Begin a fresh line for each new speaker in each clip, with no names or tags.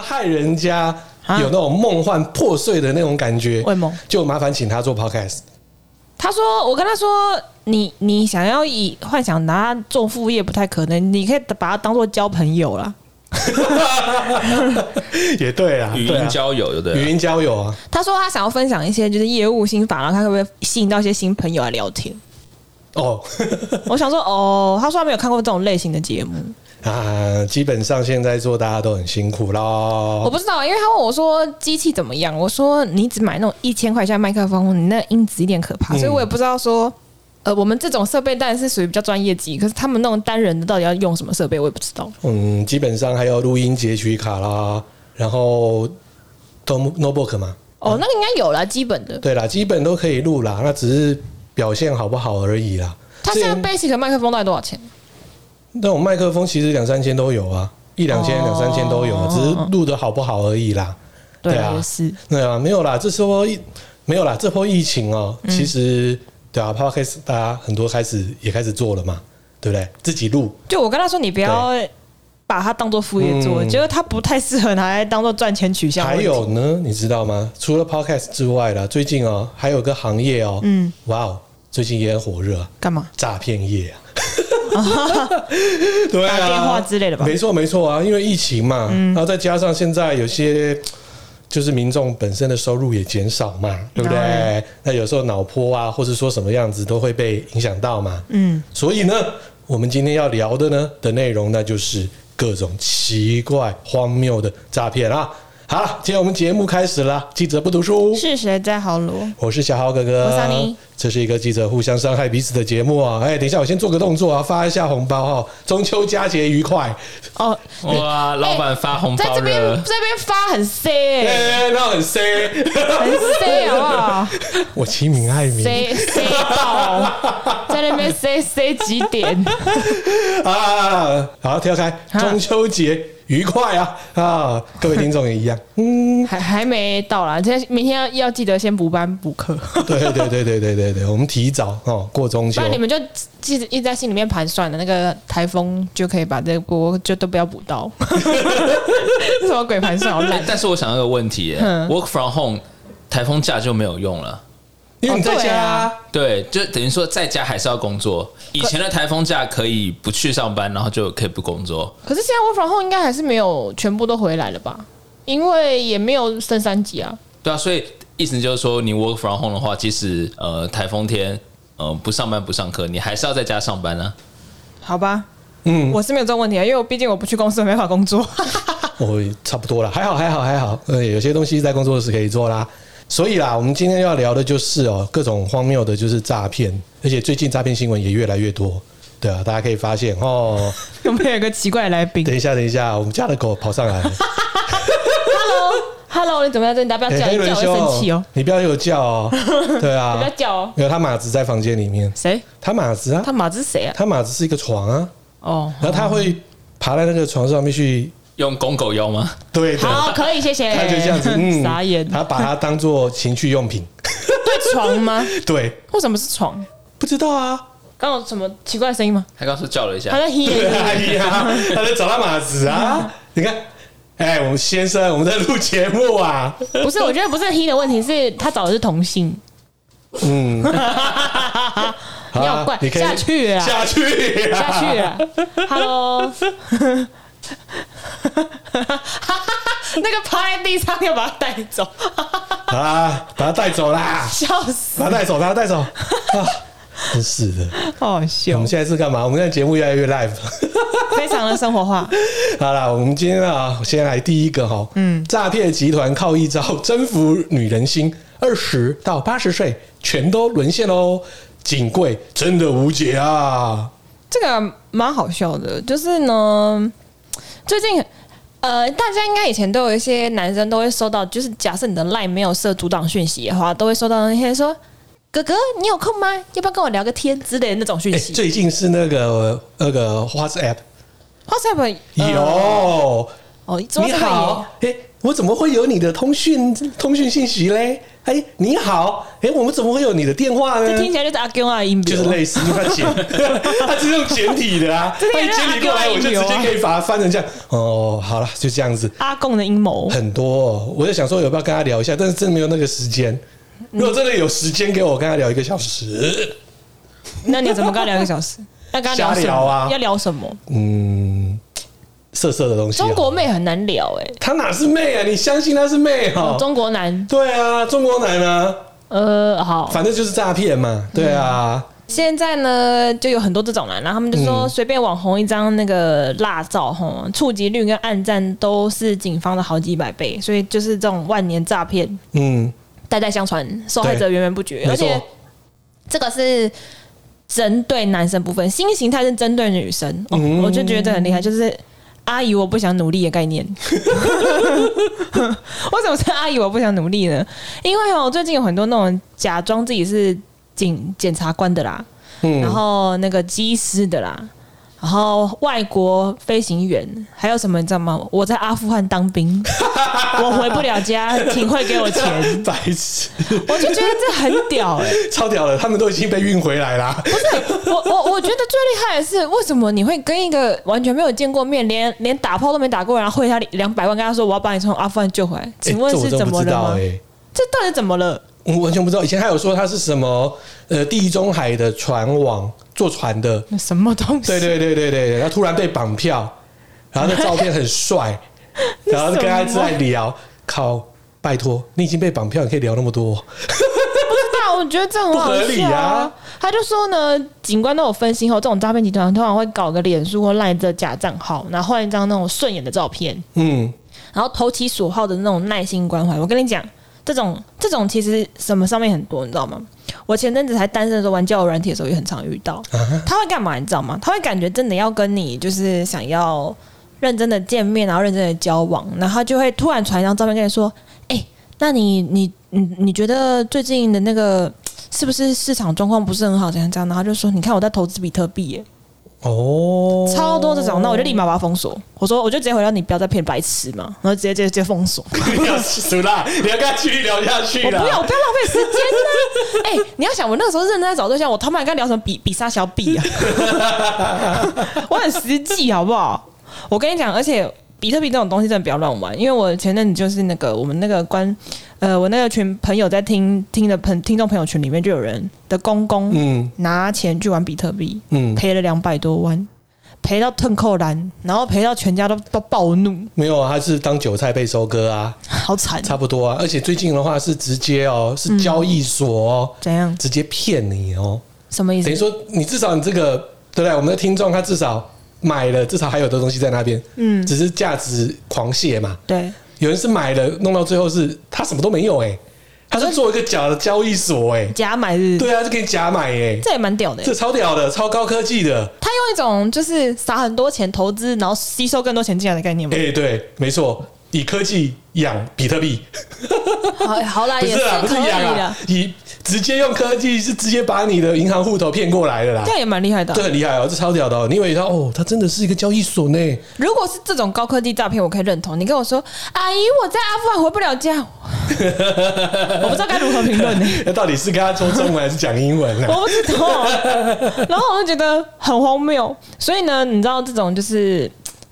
害人家
啊
有那种梦幻破碎的那种感觉
为什么，
就麻烦请他做 podcast。
他说：“我跟他说，你你想要以幻想拿他做副业不太可能，你可以把它当做交朋友啦。
也对啊，
语
对啊
音交友，对不
语
对？
音交友啊，”
他说他想要分享一些就是业务心法，然后看会不会吸引到一些新朋友来聊 天。
哦
我想说哦，他说他没有看过这种类型的节目，
啊，基本上现在做大家都很辛苦
我
喽。
不知道，因为他问我说机器怎么样，我说你只买那种一千块钱的麦克风，你那音质一点可怕，所以我也不知道说。呃，我们这种设备当然是属于比较专业级，可是他们那种单人的到底要用什么设备，我也不知道。
嗯，基本上还有录音截取卡啦，然后 Tom notebook 嘛，
哦，那个应该有啦，基本的。
对啦，基本都可以录啦，那只是表现好不好而已啦。
他现在
之前
basic 的麦克风大概多少钱？
那种麦克风其实两三千都有啊，一两千、
哦
两三千都有啊，只是录的好不好而已啦。对啊
也是。
对啊，没有啦，这时候疫没有啦，这波疫情哦、
嗯
其实对啊 p o d c a s 大家很多开始也开始做了嘛，对不对？自己录，
就我跟他说，你不要把它当做副业做，
嗯
觉得它不太适合拿来当做赚钱取向的
还
问题。
有呢，你知道吗？除了 podcast 之外啦，最近哦、还有个行业哦、
嗯
哇哦，最近也很火热、啊，
干嘛？
诈骗业啊， 对啊，
哦打电话之类的吧嗯
没错没错啊，因为疫情嘛，然后再加上现在有些就是民众本身的收入也减少嘛，对不
嗯当
对？那有时候脑波啊，或者说什么样子都会被影响到嘛。
嗯，
所以呢，我们今天要聊的呢的内容，那就是各种奇怪荒谬的诈骗啊。好了，今天我们节目开始了，记者不读书，
是谁在豪罗？
我是小豪哥哥，
我是阿妮
这是一个记者互相伤害彼此的节目啊！哎，等一下，我先做个动作啊，发一下红包哈、中秋佳节愉快！
哦，
哇，老板发红
在
包
这边
了，
这边发很 C，、欸、
哎、那很 C，
很 C 好不 好
我亲民爱民。
？C C 爆，在那边 C C 几点？
啊，好，跳开，
啊
中秋节愉快啊！啊，各位听众也一样，嗯，
还还没到啦，这明天要要记得先补班补课，
对对对对对对对，我们提早哦过中秋
不，然你们就记一直在心里面盘算的那个台风，就可以把这波就都不要补到。 什么鬼盘算？好烂
哎。但是我想到一个问题耶
嗯
，work from home，台风假就没有用了。
因为你在
哦对
家、
啊
对，就等于说在家还是要工作。以前的台风假可以不去上班，然后就可以不工作。
可是现在 work from home 应该还是没有全部都回来了吧？因为也没有升三级啊。
对啊，所以意思就是说，你 work from home 的话，即使呃台风天，呃不上班不上课，你还是要在家上班啊呢、
好吧，
嗯，
我是没有这种问题啊，因为我毕竟我不去公司，我没法工作。
我差不多了，还好还好还好，呃，有些东西在工作室可以做啦。所以啦，我们今天要聊的就是哦，各种荒谬的，就是诈骗，而且最近诈骗新闻也越来越多。对啊，大家可以发现哦。
有没有一个奇怪的来宾
等一下，等一下，我们家的狗跑上来了，
？Hello，Hello，你怎么在这里？ 大家不要
哎
叫，
黑
你
轮
叫我会生气
兄
哦，，
你不要有叫 哦。对
你不要
啊，
叫哦。
没有他马子在房间里面，
谁？
他马子啊
他，马子谁啊？
他马子是一个床啊，
哦，
然后他会爬在那个床上面去，
用公狗腰吗？
对的，
好，可以，谢谢。
他就这样子，嗯，
傻眼。
他把它当做情趣用品，
对床吗？
对，
为什么是床？
不知道啊，
刚有什么奇怪的声音吗？
他刚说叫了一下
他，在吸
对
眼
啊，呀，他在找他马子
嗯
啊！你看，哎，我们先生，我们在录节目啊，
不是，我觉得不是 he 的问题，是他找的是同性，
嗯，
你
好啊
好怪，
你可以
下去啊，
下去啊，
下去了。Hello，那个趴在地上要把他带走，
好啊，把他带走啦，
笑死，
把他带走，把他带 走，啊，真是的，
好好
我
笑
们，现在是干嘛？我们现在节目越来越 live。
非常的生活化。
好啦，我们今天啊，先来第一个哈，嗯，诈骗集团靠一招 征服女人心，二十到八十岁全都沦陷喽。警贵真的无解啊！
这个蛮好笑的，就是呢，最近呃，大家应该以前都有一些男生都会收到，就是假设你的 line 没有设阻挡讯息的话，都会收到那些说“哥哥，你有空吗？要不要跟我聊个天”之类的那种讯
哎、
息。
最近是那个那个 WhatsApp
嗯 WhatsApp 呃
有
哦，桌
你
上
好
也，
哎、我怎么会有你的通讯通讯信息嘞？哎、你好，哎、我们怎么会有你的电话
这听
呢？
起来就是阿 Q 阿英
就是类似那 简，它是用简体的 啊，
这
它
听
一
起来
简体过来，我就直接
啊
可以把它翻成这样。哦，好了，就这样子，
阿贡的阴 谋。
很多、哦。我就想说，有没有跟他聊一下？但是真的没有那个时间。
嗯
如果真的有时间给我，跟他聊一个小时，
那你怎么跟他聊一个小时？那跟他聊什么
瞎聊啊
要聊什么？
嗯，色色的东西、哦。
中国妹很难聊哎、
他哪是妹啊？你相信他是妹哦？
嗯中国男，
对啊，中国男啊，
呃，好，
反正就是诈骗嘛。对啊，
现在呢就有很多这种人，然后他们就
嗯
说随便网红一张那个辣照，吼，触及率跟暗赞都是警方的好几百倍，所以就是这种万年诈骗，
嗯，
代代相传，受害者源源不绝，
没
而
错
且这个是针对男生部分，新形态是针对女生，哦我就觉得这很厉害，就是。阿姨，我不想努力的概念。 为什么是阿姨我不想努力呢？因为哦，最近有很多那种假装自己是警检察官的啦，
嗯
然后那个机师的啦，然后外国飞行员，还有什么你知道吗？我在阿富汗当兵，我回不了家，请会给我钱。
白痴，
我就觉得这很屌哎、
超屌了，他们都已经被运回来啦。
我我我觉得最厉害的是，为什么你会跟一个完全没有见过面，连连打炮都没打过，然后汇他两百万，跟他说我要把你从阿富汗救回来？请问
诶
是
哎这我
怎
真
么
不知
了
道
吗？
哎，
这到底怎么了？
我完全不知道。以前还有说他是什么呃地中海的船网坐船的，
那什么东西？
对对对对对，他突然被绑票，然后那照片很帅，然后跟他在聊，靠，拜托，你已经被绑票，你可以聊那么多，
对啊，我觉得这很好
不合理
笑
啊
他就说呢，警官都有分析后，这种诈骗集团通常会搞个脸书或赖的假账号，然后换一张那种顺眼的照片，
嗯，
然后投其所好的那种耐心关怀。我跟你讲，这种这种其实什么上面很多，你知道吗？我前阵子才单身的时候玩交友软体的时候也很常遇到，他会干嘛你知道吗？他会感觉真的要跟你就是想要认真的见面，然后认真的交往，然后他就会突然传一张照片跟你说：“哎、那你你你你觉得最近的那个是不是市场状况不是很好？怎样怎样？”然后他就说：“你看我在投资比特币耶、
哦，
超多这种，那我就立马把它封锁。我说，我就直接回到你不要再骗白痴嘛，然后直接直接直接封锁。
不要死啦！你要跟他继续聊下去
我不
啦。
要，我不要浪费时间 呢、哎、你要想，我那个时候认真在找对象，我他妈跟他聊什么比比杀小比啊？ 我很实际，好不好？我跟你讲，而且比特币这种东西真的不要乱玩，因为我前阵子就是那个我们那个关，呃，我那个群朋友在听听的朋听众朋友群里面就有人的公公，
嗯
拿钱去玩比特币，
嗯，
赔了两百多万，赔到腾扣篮，然后赔到全家都都暴怒，
没有啊，他是当韭菜被收割啊，
好惨，
差不多啊。而且最近的话是直接哦，是交易所哦，
怎样？
直接骗你哦。
什么意思
等于？说你至少你这个对不对？我们的听众他至少买了，至少还有的东西在那边，
嗯
只是价值狂泻嘛。
对，
有人是买了，弄到最后是他什么都没有哎、他是做一个假的交易所哎、
假买日，
对啊，就给你假买哎、
这也蛮屌的欸、
这超屌的，超高科技的。
他用一种就是撒很多钱投资，然后吸收更多钱进来的概念 嘛
哎、。对，没错，以科技养比特币，
好，哎好啦，
不
也
是啦，不是
可以
养啊
的，，
以直接用科技是直接把你的银行户头骗过来的啦
这，样也蛮厉害的啊
这。很厉害哦，这超屌的哦。你以为他哦，他真的是一个交易所呢？
如果是这种高科技诈骗，我可以认同。你跟我说，阿姨，我在阿富汗回不 了家，我不知道该如何评论呢。
那到底是跟他说中文还是讲英文呢、啊？
我不知道。然后我就觉得很荒谬，所以呢，你知道这种就是嘖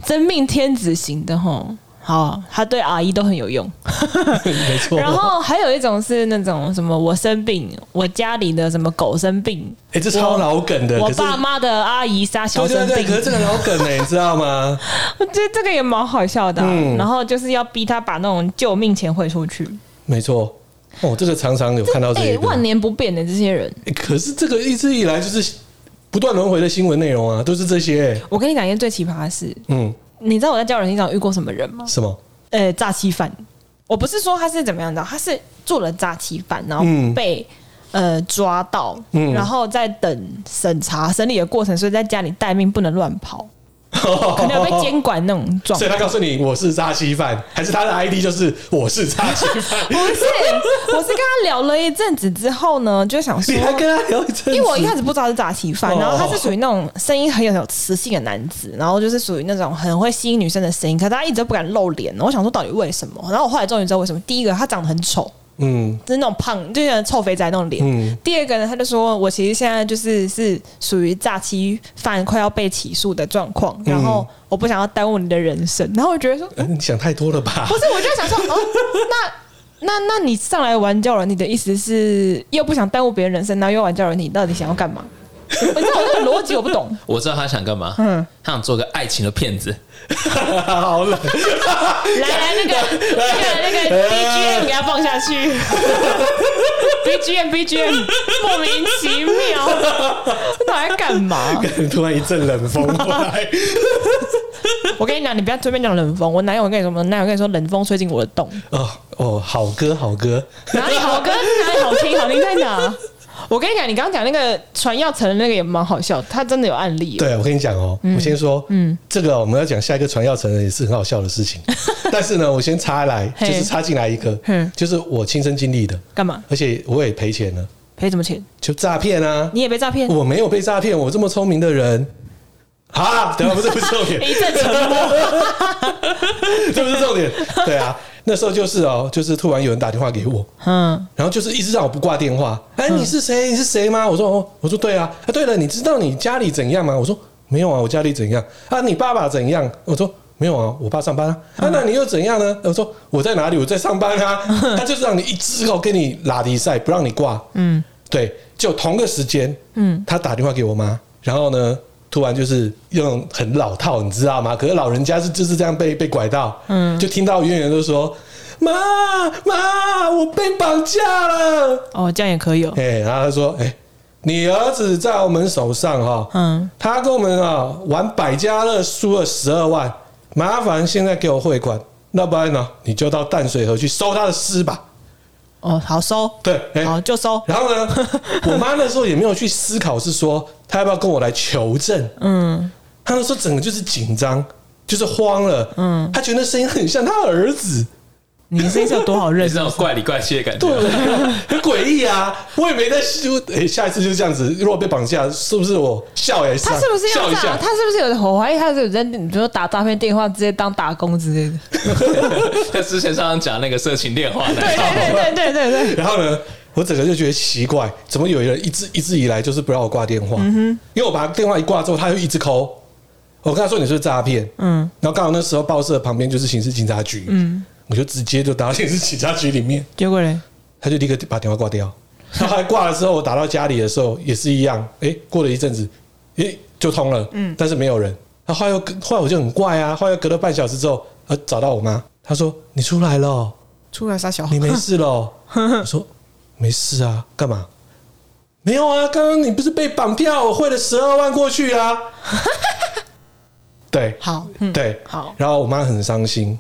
真命天子型的吼，好，他对阿姨都很有用。
哦没错。
然后还有一种是那种什么，我生病，我家里的什么狗生病，
哎、这超老梗的，
我
可是
爸妈的阿姨杀小
对
生
对
病，
对，可是这个老梗呢、你知道吗？
我 觉得这个也蛮好笑的啊、
嗯
然后就是要逼他把那种救命钱汇出去，
没错。哦，这个常常有看到这
哎
一个，
万年不变的这些人。
哎可是这个一直以来就是不断轮回的新闻内容啊，都是这些、
我跟你讲一件最奇葩的事，
嗯，
你知道我在交友软件上遇过什么人吗？
什么？
呃诈欺犯。我不是说他是怎么样的，他是做了诈欺犯，然后
嗯
被、呃抓到，
嗯哦
然后在等审查审理的过程，所以在家里待命，不能乱跑。可能有被监管那种 状
所以
态。
他告诉你我是扎稀饭，还是他的 ID 就是我是扎稀 饭？
不是，我是跟他聊了一阵子之后呢，就想说
你，还跟他聊一阵子？
因为我一开始不知道是炸鸡饭，
哦
然后他是属于那种声音很有有磁性的男子，然后就是属于那种很会吸引女生的声音，可是他一直都不敢露脸。我想说到底为什么？然后我后来终于知道为什么。第一个，他长得很丑，
嗯，
就是那种胖，就像臭肥宅那种脸。
嗯
第二个呢，他就说我其实现在就是是属于诈欺犯快要被起诉的状况，然后
嗯
我不想要耽误你的人生。然后我觉得说，
呃你想太多了吧
不？是，我就想说，哦，那那那你上来玩交友软体的意思是又不想耽误别人人生，然后又玩交友软体，你到底想要干嘛？你知道我这个逻辑我不懂，
我知道他想干嘛，
嗯
他想做个爱情的骗子，
好冷，
来来那个那个那呃个 BGM 给他放下去，BGM BGM 莫名其妙，到底在干嘛？
突然一阵冷风过来，
我跟你讲，你不要随便讲冷风，我男友跟你说，我男友跟你说冷风吹进我的洞，
哦哦，好歌好歌，
哪里好歌？哪里好听？好听在哪？我跟你讲，你刚刚讲那个传药城的那个也蛮好笑，他真的有案例。
对我跟你讲哦，我先说，嗯，这个我们要讲下一个传药成人也是很好笑的事 情，但是呢，我先插来，就
嘿
是插进来一个
嗯，
就是我亲身经历的，
干嘛
而且我也赔钱了，
赔什么钱？
就诈骗啊，
你也被诈骗？
我没有被诈骗，我这么聪明的人。啊，等一下不是不是重 点，
一阵 哎沉默。
这不是重点，对啊，那时候就是哦，就是突然有人打电话给我，
嗯，
然后就是一直让我不挂电话。哎，你是谁？你是谁吗？我说哦，我说对啊。啊，对了，你知道你家里怎样吗？我说没有啊，我家里怎样啊？你爸爸怎样？我说没有啊，我爸上班啊。啊，那你又怎样呢？我说我在哪里？我在上班啊。他就是让你一直哦跟你拉迪赛，不让你挂。嗯，对，就同个时间，嗯，他打电话给我妈，然后呢？突然就是用很老套，你知道吗？可是老人家是就是这样被被拐到，嗯，就听到远远就说：“妈妈，我被绑架了。”
哦，这样也可以哦。
哎、然后他说，哎、你儿子在我们手上哈、
嗯，
他跟我们啊玩百家乐输了十二万，麻烦现在给我汇款，要不然呢你就到淡水河去收他的尸吧。
哦，好收，
对，哎、
好就收。
然后呢， 我妈那时候也没有去思考是说她要不要跟我来求证，
嗯，
她那时候整个就是紧张，就是慌了，嗯，她觉得那声音很像她儿子，
你声音是有多好
也
认
是那种怪里怪气的感觉。
对， 很诡异啊！我也没在修，哎、下一次就这样子。如果被绑架，是不是我笑也上
他是不是
笑
要
一
诈？
下？
他是不是有？我怀疑他是有在，你比如说打诈骗电话，直接当打工之 类的。
他 之前上讲那个色情电话那一套，
对对对 对对。
然后呢，我整个就觉得奇怪，怎么有人一直一直以来就是不让我挂电话？因为我把电话一挂之后，他就一直抠。我跟他说你是不是诈骗，嗯，然后刚好那时候报社旁边就是刑事警察局，嗯，我就直接就打到刑事警察局里面，
结果嘞，
他就立刻把电话挂掉。他后来挂了之后，我打到家里的时候也是一样，诶，过了一阵子，诶，就通了，嗯，但是没有人。他后来又隔后来我就很怪啊，后来又隔了半小时之后，呃，找到我妈，她说你出来了哦，
出来杀小
你没事 喽？我说没事啊，干嘛？没有啊，刚刚你不是被绑票，我汇了十二万过去 啊。对
好，嗯，
对，
好，
然后我妈很伤心，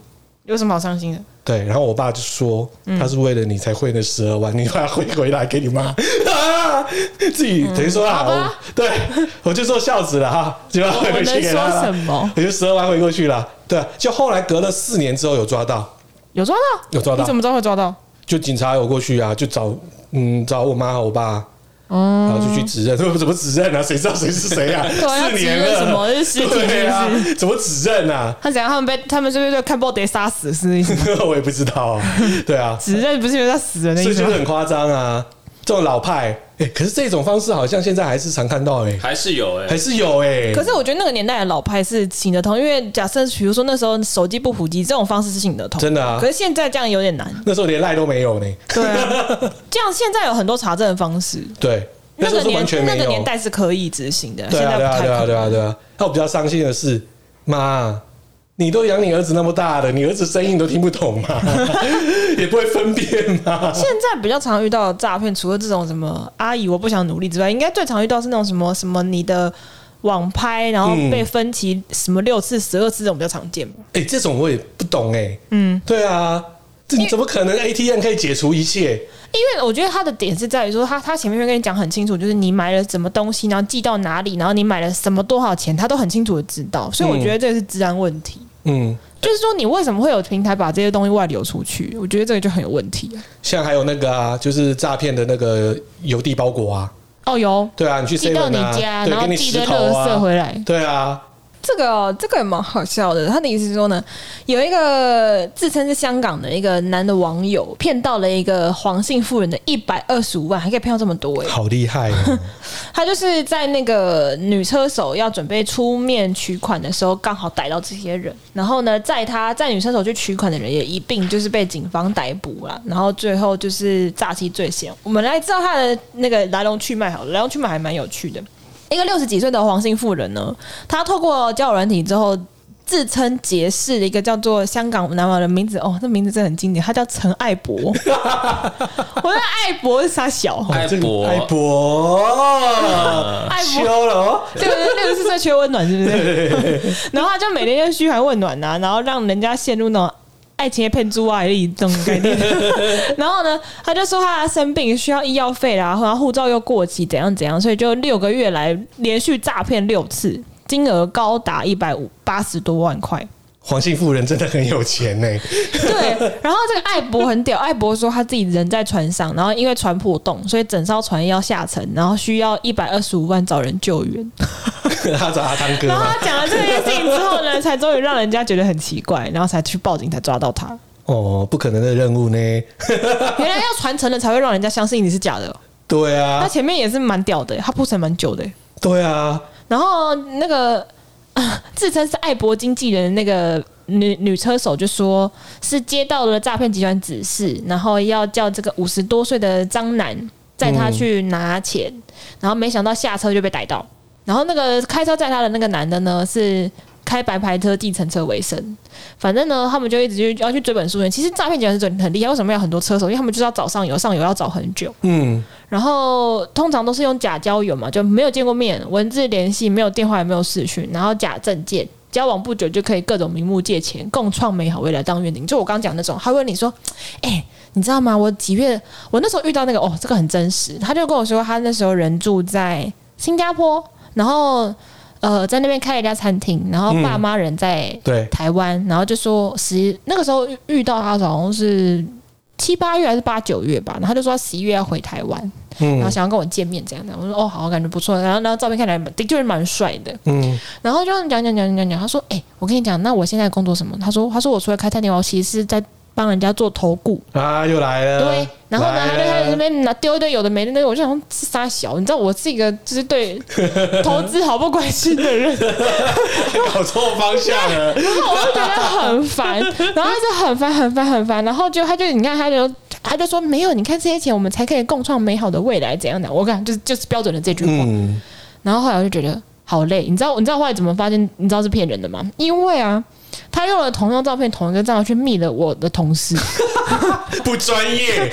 有什么好伤心的？
对，然后我爸就说，
嗯
他是为了你才汇那十二万，你把它汇回来给你妈啊，自己等于说啊，
嗯好吧
我对我就说孝子了哈，就要汇回去给他
我能
了，
说什么
我就十二万汇过去了，对啊，就后来隔了四年之后有抓到，
有抓到？
有抓到
你怎么知道会抓到？
就警察有过去啊，就找嗯找我妈和我爸。
嗯
然后就去指认， 怎么指认啊？谁知道谁是谁啊？
对啊
四年
要指
了，
认什么是尸 体
对啊
是不，
怎么指认啊？
他怎样？他们被他们是不是就看报得杀死？是那意思吗？
我也不知道啊，对 啊，
指认不是因为他死的那
所
意
以
思
就
吗
是？很夸张啊，这种老派。哎、可是这种方式好像现在还是常看到哎、
还是有哎、
还是有哎、
可是我觉得那个年代的老派是行得通，因为假设比如说那时候手机不普及，这种方式是行得通，
真的啊
可是现在这样有点难，
那时候连赖都没有呢、
对啊， 这样现在有很多查证的方式，
对，那时
个
候是
年
完全没
那
有。
个年代是可以执行的，
对
现
啊，
在
对
不
啊，
太
对啊，
可
对啊，
能。
对啊。那我比较伤心的是，妈，你都养你儿子那么大了，你儿子声音你都听不懂吗？ 也不会分辨 吗？
现在比较常遇到的诈骗，除了这种什么阿姨我不想努力之外，应该最常遇到是那种什么什么你的网拍，然后
嗯
被分期什么六次、十二次这种比较常见吧。
哎、这种我也不懂哎、嗯，对啊，这你怎么可能 ATM 可以解除一切？
因为我觉得他的点是在于说，他他前面会跟你讲很清楚，就是你买了什么东西，然后寄到哪里，然后你买了什么多少钱，他都很清楚的知道。所以我觉得这是治安问题，
嗯，
就是说你为什么会有平台把这些东西外流出去？我觉得这个就很有问题啊。
像还有那个啊，就是诈骗的那个邮递包裹啊，
哦，有
对啊，你去
寄到
seven
你
啊，
家，
对，
然
给
后
你
寄
石
堆
头
垃圾
啊，
回来，
对啊，
这个哦这个也蛮好笑的。他的意思是说呢，有一个自称是香港的一个男的网友骗到了一个黄姓妇人的一百二十五万，还可以骗到这么多哎、
好厉害哦，
他就是在那个女车手要准备出面取款的时候，刚好逮到这些人。然后呢，在他在女车手去取款的人也一并就是被警方逮捕了。然后最后就是诈欺罪嫌。我们来知道他的那个来龙去脉好了，来龙去脉还蛮有趣的。一个六十几岁的黄姓妇人呢，她透过交友软体之后。自称结识了一个叫做香港男网的名字哦，这名字真的很经典，他叫陈爱博。 我觉得爱博是傻小，
爱 博
爱
呃
博，
爱博
修了哦，
对不对？六十四岁缺温暖是不是？然后他就每天就嘘寒问暖呐、然后让人家陷入那种。爱情的骗啊猪爱力这种概念，然后呢，他就说他生病需要医药费啦，然后护照又过期，怎样怎样，所以就六个月来连续诈骗六次，金额高达一百五八十多万块。
黄姓富人真的很有钱呢、
对，然后这个艾博很屌，艾博说他自己人在船上，然后因为船破洞，所以整艘船要下沉，然后需要一百二十五万找人救援。
他找阿汤哥啊
然后
嘛，
他讲了这件事情之后呢，才终于让人家觉得很奇怪，然后才去报警，才抓到他。
哦，不可能的任务呢，
原来要传承了，才会让人家相信你是假的。哦
对
他
啊，
前面也是蛮屌的，他铺陈蛮久的。
对啊，
然后那个、 啊自称是爱博经纪人的那个女女车手就说，是接到了诈骗集团指示，然后要叫这个五十多岁的张楠载她去拿钱，然后没想到下车就被逮到。然后那个开车载她的那个男的呢是。开白牌车、计程车为生，反正呢，他们就一直去要去追本溯源。其实诈骗集团是很很厉害，为什么要很多车手？因为他们就是要找上游，上游要找很久。
嗯，
然后通常都是用假交友嘛，就没有见过面，文字联系，没有电话，也没有视讯，然后假证件，交往不久就可以各种名目借钱，共创美好未来当愿景。就我刚讲那种，他问你说：“哎、你知道吗？我几月？我那时候遇到那个哦，这个很真实。”他就跟我说，他那时候人住在新加坡，然后呃在那边开了一家餐厅，然后爸妈人在
对，
台湾，然后就说十那个时候遇到他好像是七八月还是八九月吧，然后他就说他十一月要回台湾，然后
嗯
想要跟我见面这样的。我说哦好，感觉不错。然后然后照片看起来蛮的确是蛮帅的。
嗯，
然后就讲讲讲讲讲，他说哎、我跟你讲，那我现在工作什么？他说他说我除了开餐厅，我其实是在帮人家做投顾。
啊，又来了，
对，然后呢，他就开始那
来了
边拿丢一堆有的没的那个，我就想说是傻小，你知道我是一个就是对投资毫不关心的人，
搞错方向了，
然后我就觉得很烦，然后他就很烦很烦很烦，然后就他就你看他就他就说没有，你看这些钱我们才可以共创美好的未来怎样的，我感就是就是标准的这句话。
嗯，
然后后来我就觉得好累，你知道你知道后来怎么发现你知道是骗人的吗？因为啊，他用了同样照片同一个账号去密了我的同事，
不专业，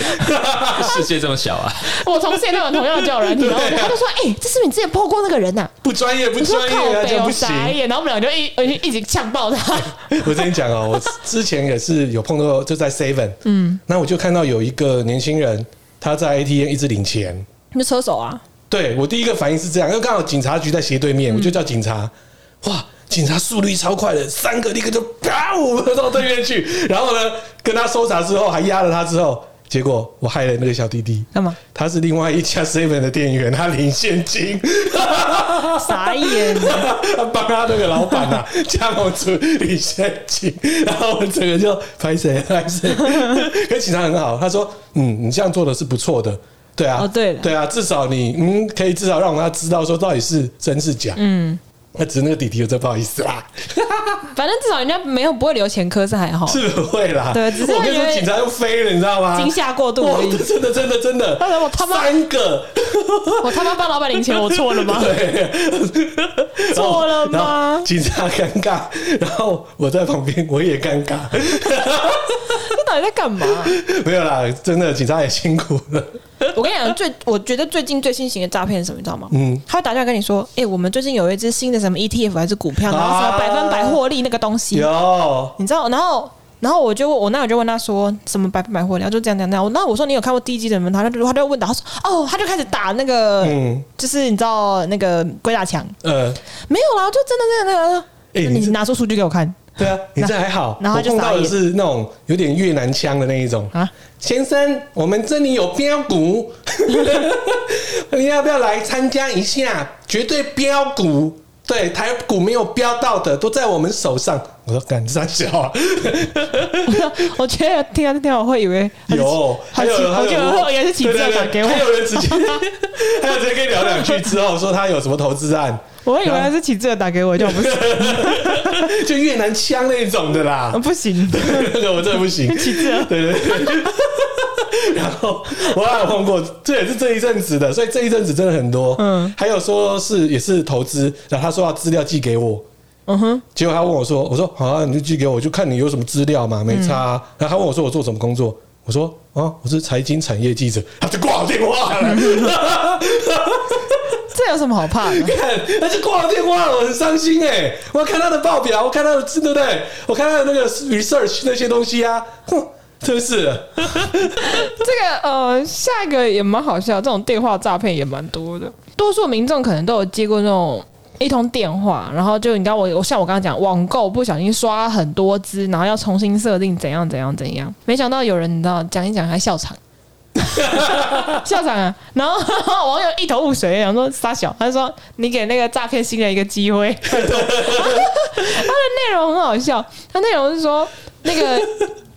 世界这么小 啊，
我同事也都有同样的交友软体，然后我就他就说哎、这是不是你之前破过那个人呐、
不专 业，不
我说
专
靠
业啊，这
北，哦
样
我
不行。
傻眼，然后我们俩就一我就一直呛爆他。
我跟你讲哦，我之前也是有碰到，就在 Seven，嗯，那我就看到有一个年轻人，他在 ATM 一直领钱，
你是车手啊？
对我第一个反应是这样，因为刚好警察局在斜对面，我就叫警察，哇，警察速率超快的，三个立刻就啪，我到对面去， 然后呢，跟他搜查之后，还压了他之后，结果我害了那个小弟弟，
干嘛？
他是另外一家 Seven 的店员，他领现金，
傻眼。
他帮他那个老板 啊，加盟主领现金，然后我整个就拍谁 拍谁，跟警察很好。他说：“嗯，你这样做的是不错的，对啊，
哦对了
对啊，至少你嗯，可以至少让他知道说到底是真是假。”嗯，那只是那个弟弟，我真不好意思啦，
哦反正至少人家没有不会留前科是还好，
是不会啦。
对只是
我跟你
因
说，
为
警察又飞了，你知道吗？
惊吓过度
哇
而已。
真的真的真的，
当然我他妈
三个，
我他妈帮老板领钱，我错了 吗？
对，
错了吗
然后然后警察尴尬，然后我在旁边我也尴尬，
这到底在干嘛？
没有啦，真的警察也辛苦了。
我跟你讲，最我觉得最近最新型的诈骗是什么，你知道吗？嗯，他会打电话跟你说，哎、我们最近有一 E 只新的什么 ETF 还是股票，然后什么
啊
百分百获利那个东西，
有，
你知道？然后然后我就问我那我就问他说什么百分百获利，然后就这样这样这样。我那我说你有看过第一季的吗？他就他就问打，他说哦，他就开始打那个，
嗯
就是你知道那个鬼打墙
呃，
没有啦，就真的真的那个。
哎
那
你
你
这
拿出数据给我看
对啊，你这还好，
然后
我
他就
碰到的
傻
是那种有点越南腔的那一种。
啊！
先生，我们这里有标股， 你要不要来参加一下？绝对标股，对台股没有标到的都在我们手上。我说敢傻小啊，
我觉得听到听到我会以为他是
有，
他
还
是
有人，
我觉得我也是起
对
这
对对
转给我
还，有人直接， 还有直接跟你聊两句之后说他有什么投资案，
我会以为他是起这打给我，就不是
就越南腔那种的啦。
啊不行，
那个我真的不行，
起这
对对 对。然后我还有碰过，这也是这一阵子的，所以这一阵子真的很多。嗯
嗯，
还有说是也是投资，然后他说要资料寄给我，
嗯哼，
结果他问我说：“我说好、啊，你就寄给我，就看你有什么资料嘛，没差啊、然后他问我说：“我做什么工作？”我说：“啊，我是财经产业记者。”他就挂我电话 了，
这有什么好怕的？
看他就挂我电话了，我很伤心哎、我要看他的报表，我看他的字，对不对？我看他的那个 research 那些东西啊，哼，真的是的。
这个呃，下一个也蛮好笑，这种电话诈骗也蛮多的。多数民众可能都有接过那种一通电话，然后就你刚我我像我刚刚讲，网购不小心刷很多支，然后要重新设定怎样怎样怎样，没想到有人你知道讲一讲还笑场。笑场啊！然后网友一头雾水，想说傻小，他说你给那个诈骗新人一个机会。他的内容很好笑，他内容是说那个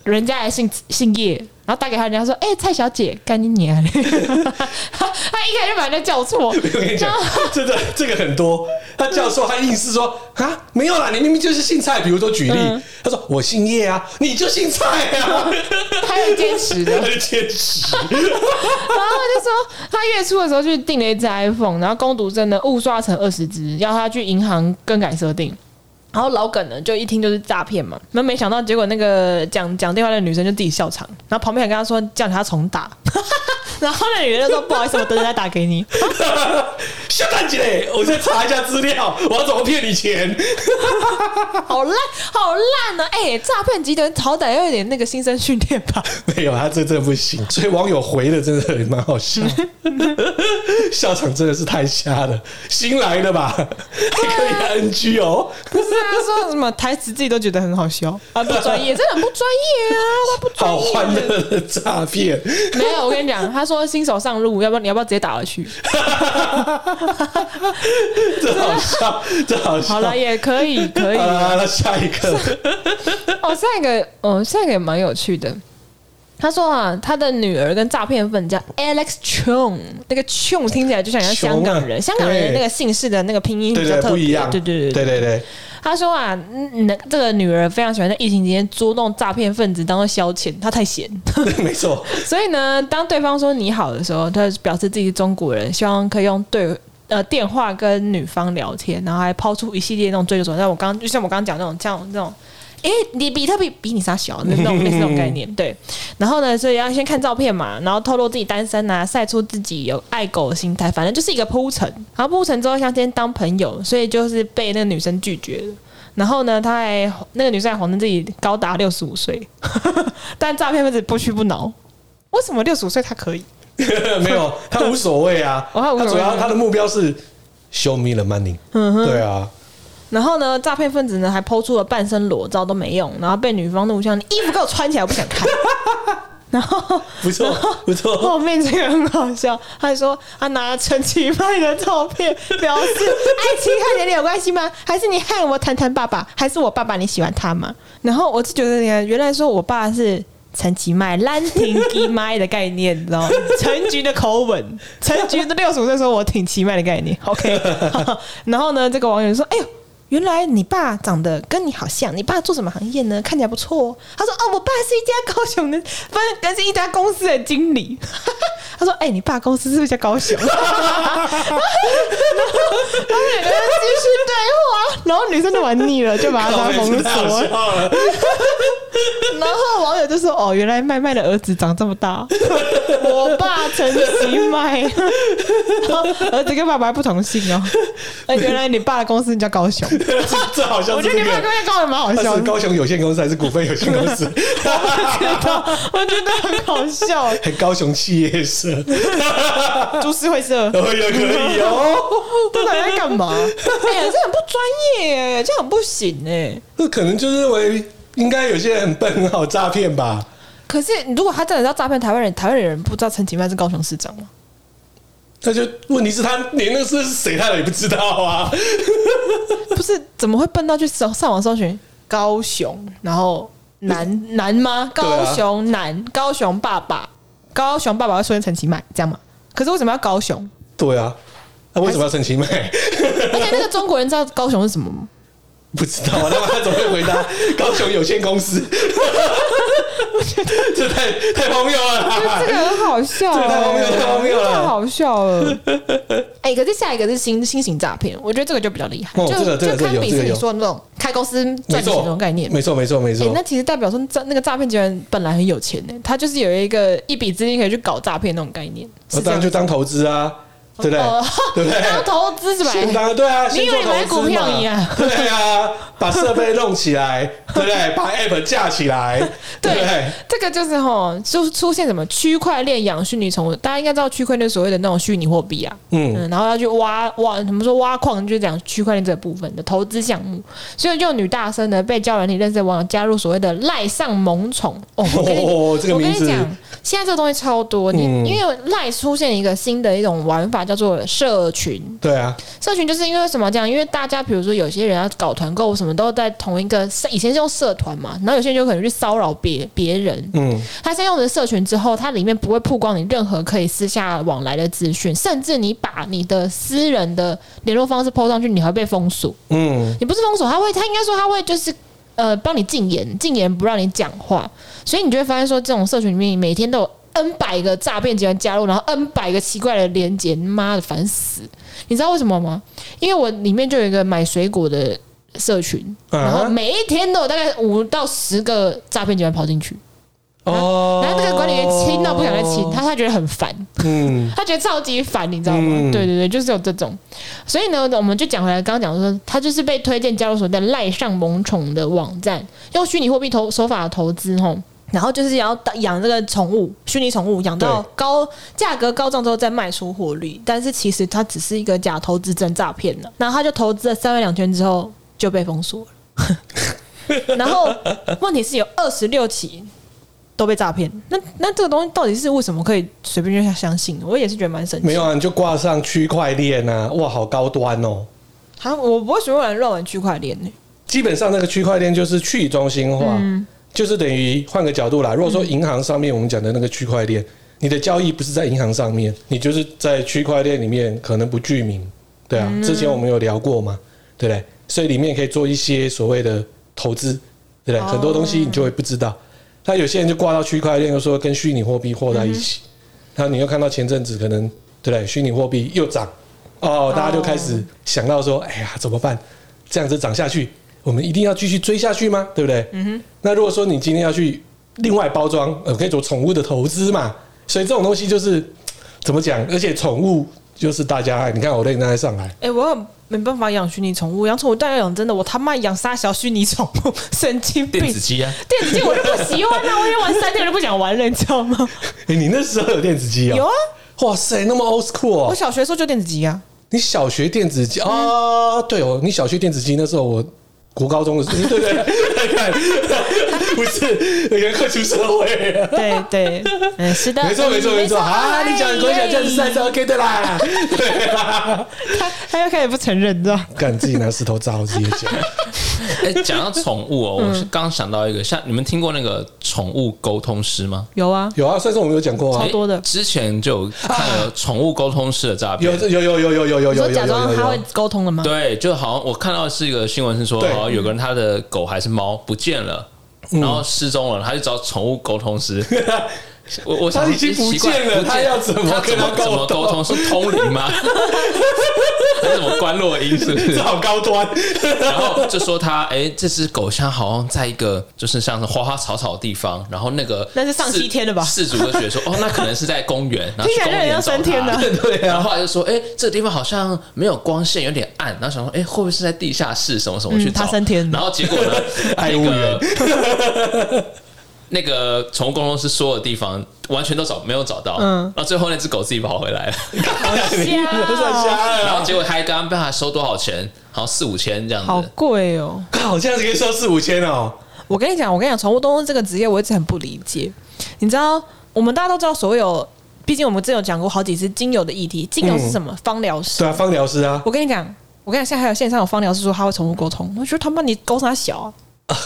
人家也姓姓叶，然后打给他，人家说：“哎、蔡小姐，干你娘！”他他一开始就把人家叫 错，
我跟你讲，真的这个很多。他教授他硬是说啊，没有啦，你明明就是姓蔡。比如说举例，
嗯
他说我姓叶啊，你就姓蔡啊，
他又坚 持的。
他就坚持。
然后他就说，他月初的时候去订了一只 iPhone，然后攻读真的误刷成二十只，要他去银行更改设定。然后老耿呢，就一听就是诈骗嘛。那没想到，结果那个讲讲电话的女生就自己笑场，然后旁边还跟他说叫他重打。 然后那女人就说：“不好意思，我等等再打给你。”
下蛋姐，我再查一下资料，我要怎么骗你钱？
好烂，好烂呢、啊！哎、诈骗集团好歹要有点那个新生训练吧。
没有，他这真的不行。所以网友回的真的也蛮好笑， 笑场真的是太瞎了。新来的吧，
啊
还可以 NG 哦。
不是啊，说什么台词自己都觉得很好笑啊，不专业，真的很不专业啊，他不专
好
业。
欢乐的诈骗，
没有，我跟你讲，他说新手上路，要不要你要不要直接打 回去？
这好笑，这好笑。
好了，也可 以，可以。
好啦那下一个，
哦，下一个，哦，下一个也蛮有趣的。他说啊，他的女儿跟诈骗犯叫 Alex Chung，那个 Chung 听起来就像人家香港人，
Chung 啊
香港人的那个姓氏的那个拼音
对
比
对
较特
不一
别
样，，
对对
对对对，
他说啊，嗯那这个女儿非常喜欢在疫情期间捉弄诈骗分子当做消遣，她太闲。
对 没错，
所以呢，当对方说你好的时候，她表示自己是中国人，希望可以用对呃电话跟女方聊天，然后还抛出一系列那种追求手段。像我刚就像我刚刚讲那种像那种。诶、你比特币比你啥小那种类似那种概念，对。然后呢，所以要先看照片嘛，然后透露自己单身啊，晒出自己有爱狗的心态，反正就是一个铺陈。然后铺陈之后，相先当朋友，所以就是被那个女生拒绝了。然后呢，他还那个女生还谎称自己高达六十五岁， 但诈骗分子不屈不挠。为什么六十五岁他可以？
没有他无所谓啊，
哦他无所谓嗯
主要他的目标是 show me the money，对啊，
然后呢，诈骗分子呢还抛出了半身裸照都没用，然后被女方怒呛：“你衣服给我穿起来，我不想 看。”然后
不 错不错，
后面这个很好笑，他还说他拿了陈其迈的照片，表示爱情和年龄有关系吗？还是你和我谈谈爸爸？还是我爸爸你喜欢他吗？然后我就觉得，你看，原来说我爸是。陈其迈、兰亭基迈的概念，你知 道吗？陈菊的口吻，陈菊的六十五岁说“我挺奇迈”的概念。OK，然后呢，这个网友说：“哎呦，原来你爸长得跟你好像，你爸做什么行业呢？看起来不错、哦。他说：“哦，我爸是一家高雄的，不是，但是一家公司的经理。” 他说：“哎、你爸公司是不是叫高雄？” 然后他们两个人继续对话，然后女生就玩腻了，就把他拉
靠
封
太好笑。
锁
了，
然后网友就说：“哦，原来麦麦的儿子长这么大，我爸陈其麦，然后儿子跟爸爸还不同姓哦。哎，原来你爸的公司叫高雄，
这好像
我
是
觉
这
得你爸的
个
公司高雄蛮好
它
笑
是
的，
高雄有限公司还是股份有限公司？
我觉得很好笑。
还高雄企业社，
株式会社，
哦，也可以哦。
这到底在干嘛？哎呀，这很不专业哎，这样很不行哎。
那可能就是认为应该有些人很笨，很好诈骗吧？
可是如果他真的要诈骗台湾人，台湾人不知道陈其迈是高雄市长吗？
他就问题是，他连那个是谁，他也不知道啊。
不是怎么会笨到去上上网搜寻高雄，然后男男吗？
对啊
高雄男，高雄爸爸，高雄爸爸会出现陈其迈这样吗？可是为什么要 高雄？
对啊，那为什么要陈其迈？
而且那个中国人知道高雄是什么吗？
不知道啊，那么他怎么会回 答高雄有限公司？ 这太太荒谬了
这个
啦！
很好笑、
这个太荒谬
哎
太荒谬了
太好笑了。 哎、可是下一个是新新型诈骗，我觉得这个就比较厉害，
哦
就
这个这个
就堪
有
比
这
是
个
你
有
说的那种开公司
没
赚钱
错，
那种概念。
没错，没错，没
哎、
错
那。其实代表说诈，那个诈骗集团本来很有钱呢、他就是有一个一笔资金可以去搞诈骗那种概念。是
那
这
当
样
然就当投资啊，对不对
哦？
对不对？
当投资是吧？
先当对啊，
你以
先
为
做投资
买股票
嘛
一样
对啊，把设备弄起来，对不 对？把 App 架起来，对不对
对？，这个就是吼，就是出现什么区块链养虚拟宠物，大家应该知道区块链所谓的那种虚拟货币啊，
嗯
嗯，然后要去挖挖，怎么说挖矿，就是讲区块链这部分的投资项目。所以就有女大生呢被教软体认识的网友加入所谓的赖上萌宠哦，我跟你
哦这个
我跟
名
你
字
讲，现在这个东西超多，你、
嗯
因为赖出现一个新的一种玩法叫做社群，
对啊，
社群就是因为什么这样？因为大家比如说有些人要搞团购，什么都在同一个社，以前是用社团嘛，然后有些人就可能去骚扰别别人。
嗯，
他现在用的社群之后，它里面不会曝光你任何可以私下往来的资讯，甚至你把你的私人的联络方式 PO 上去，你还会被封锁。
嗯，
你不是封锁，他会，他应该说他会就是呃帮你禁言，禁言不让你讲话，所以你就会发现说，这种社群里面每天都有 N 百个诈骗集团加入，然后 N 百个奇怪的连接，妈的烦死！你知道为什么吗？因为我里面就有一个买水果的社群，
啊
然后每一天都有大概五到十个诈骗集团跑进去，
哦
然后那个管理员亲到不想再亲，他他觉得很烦。
嗯，
他觉得超级烦，你知道吗？
嗯
对对对，就是有这种。所以呢，我们就讲回来，刚刚讲说，他就是被推荐加入所谓的赖上萌宠的网站，用虚拟货币投手法投资吼。然后就是要养这个宠物，虚拟宠物养到
对
高价格高涨之后再卖出获利，但是其实它只是一个假投资真诈骗了。然后他就投资了三万两千之后就被封锁了，然后问题是有二十六起都被诈骗。那那这个东西到底是为什么可以随便就相信？我也是觉得蛮神奇。
没有啊，你就挂上区块链啊，哇，好高端哦。
啊，我不会随便乱玩区块链呢、
基本上那个区块链就是去中心化，就是等于换个角度啦。如果说银行上面我们讲的那个区块链，你的交易不是在银行上面，你就是在区块链里面可能不具名，对啊，之前我们有聊过嘛，对不对？所以里面可以做一些所谓的投资，对不对？
哦
很多东西你就会不知道。那有些人就挂到区块链，又说跟虚拟货币和在一起，然后你又看到前阵子可能对不对？虚拟货币又涨，哦，大家就开始想到说，哎呀，怎么办？这样子涨下去，我们一定要继续追下去吗？对不对？嗯哼。那如果说你今天要去另外包装，呃，可以做宠物的投资嘛，所以这种东西就是嘖怎么讲？而且宠物就是大家爱，你看我那天在上海，
哎、我很没办法养虚拟宠物，养宠物但要养真的，我他妈养杀小虚拟宠物，神经病！
电子鸡啊，
电子鸡我就不喜欢啊，我已经玩三天就不想玩了，你知道吗？
哎、你那时候有电子机啊、
有啊，
哇塞，那么 old school
我
哦！
小学的时候就电子鸡啊，
你小学电子机哦，对哦，你小学电子机那时候我国高中的时候，对不对？看，不是，人家快出社会了。
对对，嗯，是的，
没错，没错，没错啊！你讲国小这样子算是 OK 的啦。
他他又开始不承认，你知道吗？
干自己拿石头砸自己的脚，
哎，讲到宠物哦，
嗯
我是刚想到一个，像你们听过那个宠物沟通师吗？
有啊，
有啊，上次我们有讲过啊
超，多的
哎之前就有看了宠物沟通师的诈
有
骗，
有有有有有有有有
你说
有
假装
有
他
有
会沟通了吗？
对，就好像我看到是一个新闻是说，
对嗯
好像有个人他的狗还是猫不见了，然后失踪了，他就找宠物沟通师，我我想
他已经不
奇怪
见了
不见
他要怎么
他
跟
怎么
他
怎么
沟
沟通？是通 灵吗？还是什么关落音？是不 是
这？好高端。
然后就说他，哎、这只狗它好像在一个就是像是花花草草的地方，然后那个
那是上
事
西天了吧
事主就觉 得说，哦，那可能是在公园，然后
听起
去
来
公
就很
园
像
找
升天
它。
的。
对
然
啊，
后，后来就说，哎、这个地方好像没有光线，有点暗。然后想说，哎、会不会是在地下室什么什么去找？
嗯他升天了
然后结果呢
爱
那
物
个那个宠物公公司所有的地方完全都找没有找到，
嗯
然后最后那只狗自己跑回来 了。
你不算瞎了
然后
啦，
结果还刚刚被他收多少钱？好像四五千这样
好
子。
贵哦！
好像是可以收四五千哦。
我跟你讲，我跟你讲，宠物东东这个职业我一直很不理解。你知道，我们大家都知道，所有，毕竟我们之前有讲过好几次精油的议题。精油是什么？芳疗师
对。啊，芳疗师啊，
我跟你讲，我跟你讲，现在还有线上有芳疗师说他会宠物沟通，我觉得他妈你沟啥小啊！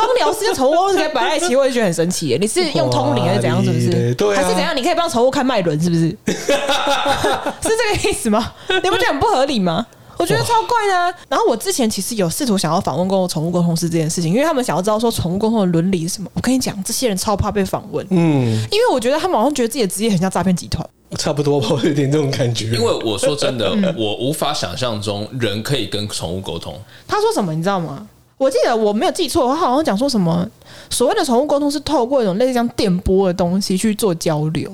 芳疗师跟宠物沟通可以摆在一起，我也觉得很神奇耶。你是用通灵还是怎样？是不
哇你嘞
是？
对啊
还是怎样？你可以帮宠物看脉轮，是 不是？是这个意思吗？你不觉得很不合理吗？我觉得超怪的啊、然后我之前其实有试图想要访问过宠物沟通师这件事情，因为他们想要知道说宠物沟通的伦理是什么。我跟你讲，这些人超怕被访问，
嗯，
因为我觉得他们好像觉得自己的职业很像诈骗集团。
差不多吧，我有点这种感觉。
因为我说真的，
嗯
我无法想象中人可以跟宠物沟通。
他说什么你知道吗？我记得我没有记错，他好像讲说什么所谓的宠物沟通是透过一种类似像电波的东西去做交流。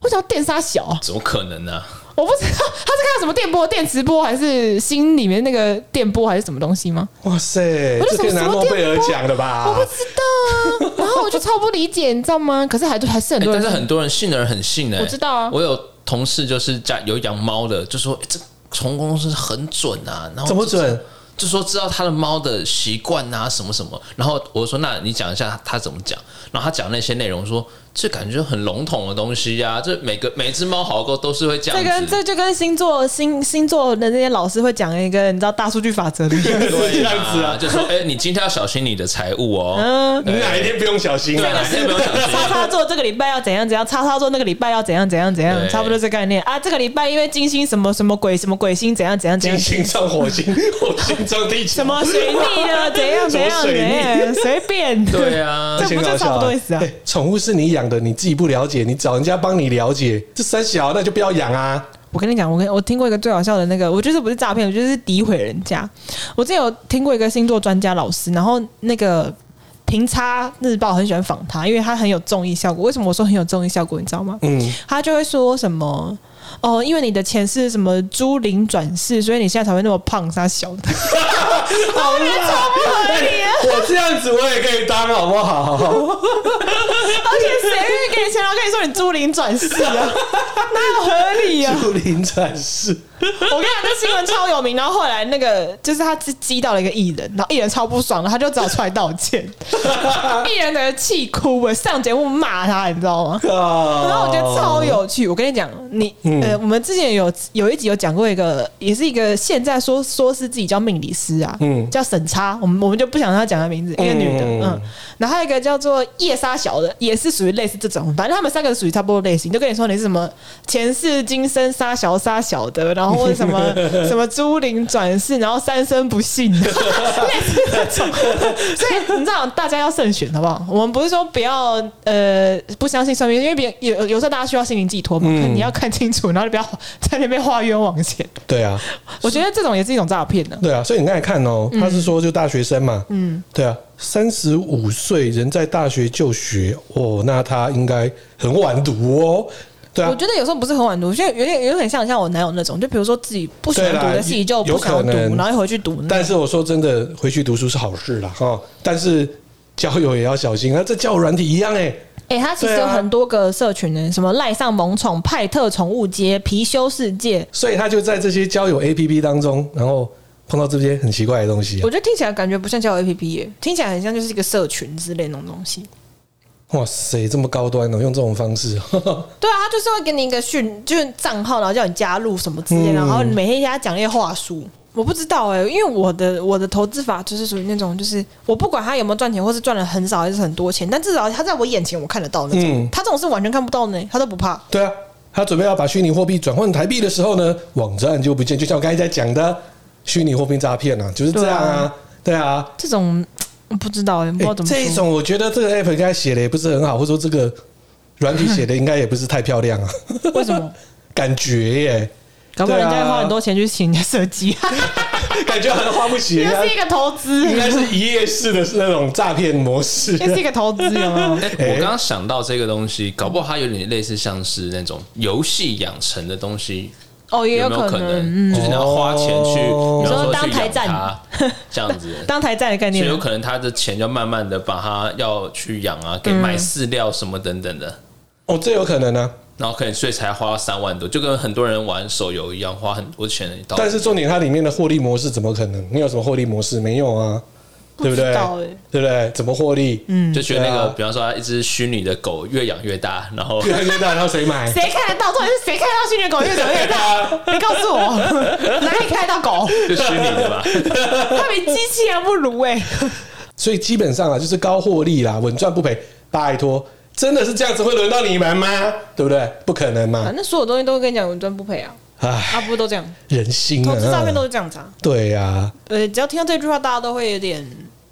我想要电杀小啊，
怎么可能呢、
我不知道他是看到什么电波，电磁波还是心里面那个电波还是什么东西吗？
哇塞，
我
这
就
可以拿
什么
诺贝尔奖的吧？
我不知道啊。然后我就超不理解，你知道 吗？可是还还是很
哎
多
但
人，
是很多人信的人很信哎、
我知道啊
我有同事就是家有养猫的，就说、哎这宠物公司很准啊，然后
怎么
就？
准？
就说知道他的猫的习惯啊，什么什么。然后我说，那你讲一下他怎么讲？然后他讲那些内容说，这感觉很笼统的东西啊，这每个 每只猫好狗都是会这
这
样
跟
子。啊
这就跟星座星星座的那些老师会讲一个你知道大数据法则的，
是这
对
样子
啊，
啊，
就说哎、你今天要小心你的财务哦。
嗯，
你哪一天不用小心
对，
啊？
哪天不用小心。
叉 叉座这个礼拜要怎样怎样，叉叉座那个礼拜要怎样怎样怎样
对，
差不多这概念啊。这个礼拜因为金星什么什么鬼什么鬼星怎样怎样
金
怎样，
星撞火星， 火星撞地球，
什么水 逆啊怎样怎
什么
样怎
水逆
样，随便。
对啊
这，不就差不多意思啊
哎宠物是你养的，你自己不了解，你找人家帮你了解，这三小那就不要养啊！
我跟你讲，我跟我听过一个最好笑的那个，我觉得这不是诈骗，我觉得是诋毁人家。我之前有听过一个星座专家老师，然后那个平差日报很喜欢访他，因为他很有综艺效果。为什么我说很有综艺效果？你知道吗？
嗯，
他就会说什么哦，因为你的钱是什么猪灵转世，所以你现在才会那么胖，啥小的。
好啦，
啊
哎我这样子我也可以当，好不 好？
而且谁愿意给你钱，然后跟你说你猪灵转世啊？哪有合理啊？
树林展示，
我跟你讲，这新闻超有名。然后后来那个就是他是激到了一个艺人，然后艺人超不爽了，他就只好出来道 歉。艺人整个气哭了，上节目骂他，你知道吗？
然
然后我觉得超有趣。我跟你讲，你、呃，我们之前有有一集有讲过一个，也是一个现在说说是自己叫命理师啊，
嗯
叫沈叉，我们我们就不想让他讲他名字，一个女的，
嗯
嗯，然后还有一个叫做夜莎小的，也是属于类似这种，反正他们三个属于差不多类型，就跟你说你是什么前世今生杀小杀小的，然后或者什么 什么猪灵转世，然后三生不幸，类似这种，所以你知道大家要慎选好不好？我们不是说不要呃不相信算命，因为别有有时候大家需要心灵寄托嘛，
嗯
你要看清楚，然后你不要在那边画冤枉钱。
对啊，
我觉得这种也是一种诈骗呢。
对啊，所以你刚才看哦，
嗯
他是说就大学生嘛，嗯，对啊，三十五岁人在大学就学，哦，那他应该很晚读哦，对
我
啊，
觉得有时候不是很晚读，就有点有点像像我男友那种，就比如说自己不喜欢
对啦
读的戏就不想要读，
有可能
然后又回去读。
嗯但是我说真的，回去读书是好事啦，哈，但是交友也要小心啊，这交友软体一样哎、
哎、他其实
对
有
啊
很多个社群呢，什么赖上萌宠、派特宠物街、貔貅世界，
所以他就在这些交友 APP 当中，然后碰到这些很奇怪的东西、啊
我，觉得听起来感觉不像交友 APP 耶，听起来很像就是一个社群之类那种东西。
哇塞，这么高端哦，用这种方式，
对啊，他就是会给你一个讯，就是账号，然后叫你加入什么之类，
嗯
然后每天给他讲那些话术。我不知道哎、因为我的我的投资法就是属于那种，就是我不管他有没有赚钱，或是赚了很少还是很多钱，但至少他在我眼前我看得到那种。
嗯
他这种是完全看不到呢，他都不怕。
对啊，他准备要把虚拟货币转换台币的时候呢，网站就不见，就像我刚才在讲的，虚拟货币诈骗啊，就是这样啊，对啊。
这种我不知道哎、不知道
欸
怎么说。
这一种我觉得这个 app 应该写的也不是很好，或者说这个软体写的应该也不是太漂亮啊，
为什么？
感觉耶，
搞不好人
对
家
啊
花很多钱去请人家设计，
感觉好像花不起，
又
人
啊
家
是一个投资，
应该是一夜式的那种诈骗模式。
又是一个投资，有没有？
哎、我刚刚想到这个东西，搞不好它有点类似像是那种游戏养成的东西，
哦，也
有没有
可
可
能，嗯，
能？就是你要花钱去，
哦
比方
你说
说
当
去
台
养
战
它，这样子。
当台战的概
所
念
以有
吗，
可能他的钱要慢慢的把它要去养啊，
嗯
给买饲料什么等等的，
哦，这有可能啊，
然后可能所以才花三万多，就跟很多人玩手游一样，花很多钱
哦
到。
但是重点它里面的获利模式怎么可能？你有什么获利模式？没有啊，对不
不
对
知道欸？
对不对？怎么获利？嗯，
就觉得那
对
个，
啊
比方说他一只虚拟的狗越养越大，然后
越来越大，然后谁 买？
谁看得到？到底是谁看得到训练狗越长越
啊
大？ 你告诉我，哪里看得到狗？
就虚拟 的吧，
它比机器还不如哎、
所以基本上啊，就是高获利啦，稳赚不赔。拜托，真的是这样子会轮到你们吗？对不对？不可能嘛
反！正所有东西都会跟你讲稳赚不赔啊，
唉，
啊不都这样？
人
嗯
心
投资诈骗都
啊，
是这样子啊。
对呀，
呃，只要听到这句话，大家都会有点